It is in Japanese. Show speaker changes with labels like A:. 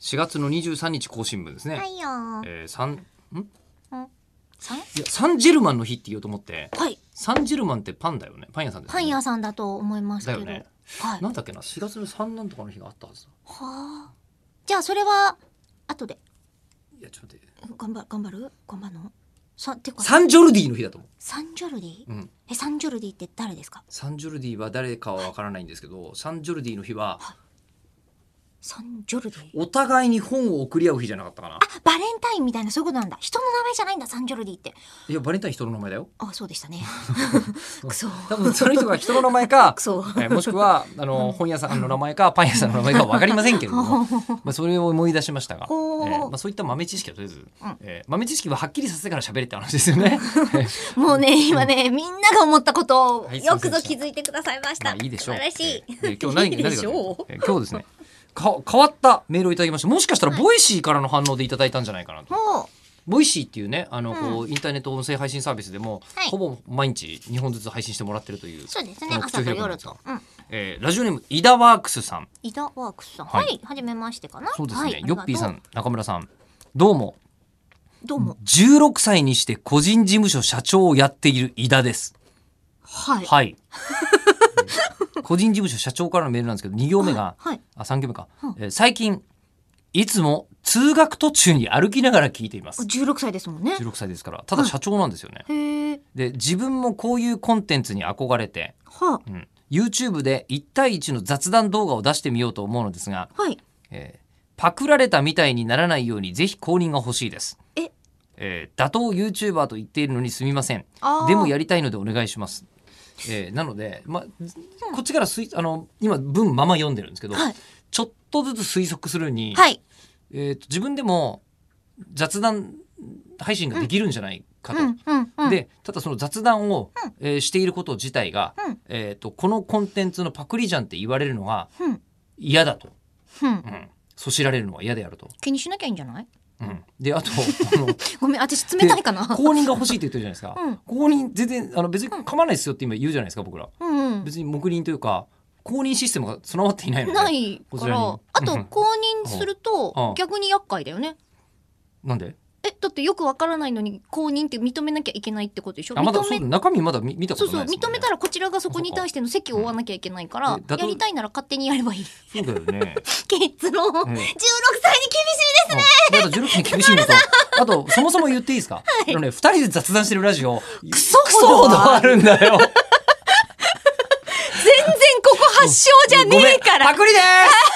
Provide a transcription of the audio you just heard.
A: 4月の23日更新分ですね、
B: はいよー。
A: えー、サン
B: さん
A: いやサンジェルマンの日って言おうと思って
B: はい。
A: サンジェルマンってパンだよねパン屋さんです
B: パ
A: よ
B: ン
A: ね
B: 屋さんだと思いますけど。
A: だよね
B: はい。は
A: なんだっけな4月の3なんとかの日があったはずだ
B: あ。じゃあそれは後で
A: いやちょっと待って
B: 頑張頑張る頑張るの。さてか
A: サンジョルディの日だと思
B: サンジョルディ。
A: う、うん、
B: えサンジョルディって誰ですか。
A: サンジョルディは誰かはわからないんですけどサンジョルディの日は
B: サンジョルディ。
A: お互いに本を送り合う日じゃなかったかな
B: あバレンタインみたいなそういうことなんだ。人の名前じゃないんだサンジョルディって。
A: いやバレンタイン人の名前だよ
B: あそうでしたね。くそ
A: 多分 その人が人の名前 か
B: くそ。
A: えーもしくはあの本屋さんの名前かパン屋さんの名前か分かりませんけれど も、まあ、それを思い出しましたが、え
B: ほう
A: ーまあ、そういった豆知識はとりあえず、えー豆知識ははっきりさせてから喋れって話ですよ ね。 えー
B: もうね今ねみんなが思ったことを
A: はい
B: よくぞ気づいてくださいました。
A: まあいいでしょう。
B: 素晴らしい。
A: えーえー今日何
B: いいで しょ
A: 何がえー今日ですね。か変わったメールをいただきました。もしかしたらボイシーからの反応でいただいたんじゃないかなと。
B: も
A: ボイシーっていうね、あのこう、インターネット音声配信サービスでも、
B: はい
A: ほぼ毎日2本ずつ配信してもらってるという
B: う。そうです
A: こ
B: ね
A: の口
B: 朝
A: を開
B: と
A: くの
B: 夜
A: やつが
B: と。うん。
A: えーラジオネームイダワークスさん。
B: 伊田ワークスさん。
A: は
B: はいい、はじめましてかな。
A: そうですね。
B: はい
A: ヨッピーさ。
B: あり
A: ん、中村さん、どうも。
B: がとうどうも。
A: 16歳にして個人事務所社長をやっている井田です。
B: はい。
A: はい。個人事務所社長からのメールなんですけど、2行目が、
B: はい。
A: あ、3行目か
B: うん。
A: えー最近、いつも通学途中に歩きながら聞いています。
B: 十六歳ですもんね。
A: 16歳ですから、ただ社長なんですよね。
B: へえ。
A: で、自分もこういうコンテンツに憧れて、
B: は
A: うん、YouTube で1対1の雑談動画を出してみようと思うのですが、
B: あ。はい。
A: えーパクられたみたいにならないようにぜひ公認が欲しいです。
B: え
A: えー、打倒 YouTuber と言っているのにすみません。
B: あー
A: でもやりたいのでお願いします。えーなので、ま、こっちからすいあの今文まま読んでるんですけど、
B: はい
A: ちょっとずつ推測するに、
B: はい。
A: えーと自分でも雑談配信ができるんじゃないかと。
B: うんうんうん。
A: でただその雑談を、
B: うん
A: えーしていること自体が、
B: うん
A: えー、とこのコンテンツのパクリじゃんって言われるのは
B: うん
A: 嫌だと、
B: うん
A: う。ん、そしられるのは嫌であると、
B: 気にしなきゃいいんじゃない？
A: うん、であとあ の
B: ごめん、私冷たいかな。
A: 公認が欲しいって言ってるじゃないですか、
B: うん
A: 公認全然あの別に構わないですよって今言うじゃないですか僕ら
B: うんうん。
A: 別に黙認というか公認システムが備わっていないので
B: ない
A: こ
B: か
A: ちら
B: ら。
A: に
B: あ
A: うん
B: と公認する
A: うん
B: と逆に厄介だよね。
A: なんで
B: え、だってよくわからないのに公認って認めなきゃいけないってことでしょ？
A: あまだ
B: 認
A: そう
B: め
A: 中身まだ見見たこ
B: そう
A: と
B: そ
A: な
B: う
A: いです
B: 認
A: もんね
B: めたらこちらがそこに対しての席を負わなきゃいけないから
A: うんでだと
B: やりたいなら勝手にやればいい
A: そうだよね
B: 結論16歳
A: うん
B: に厳しい
A: うんまだ16件厳しいの とあとそもそも言っていいですか、あのね二人で雑談してるラジオク
B: ソほど
A: ソほどあるんだよ
B: 全然ここ発祥じゃねえか
A: ご
B: ら
A: めんパクリです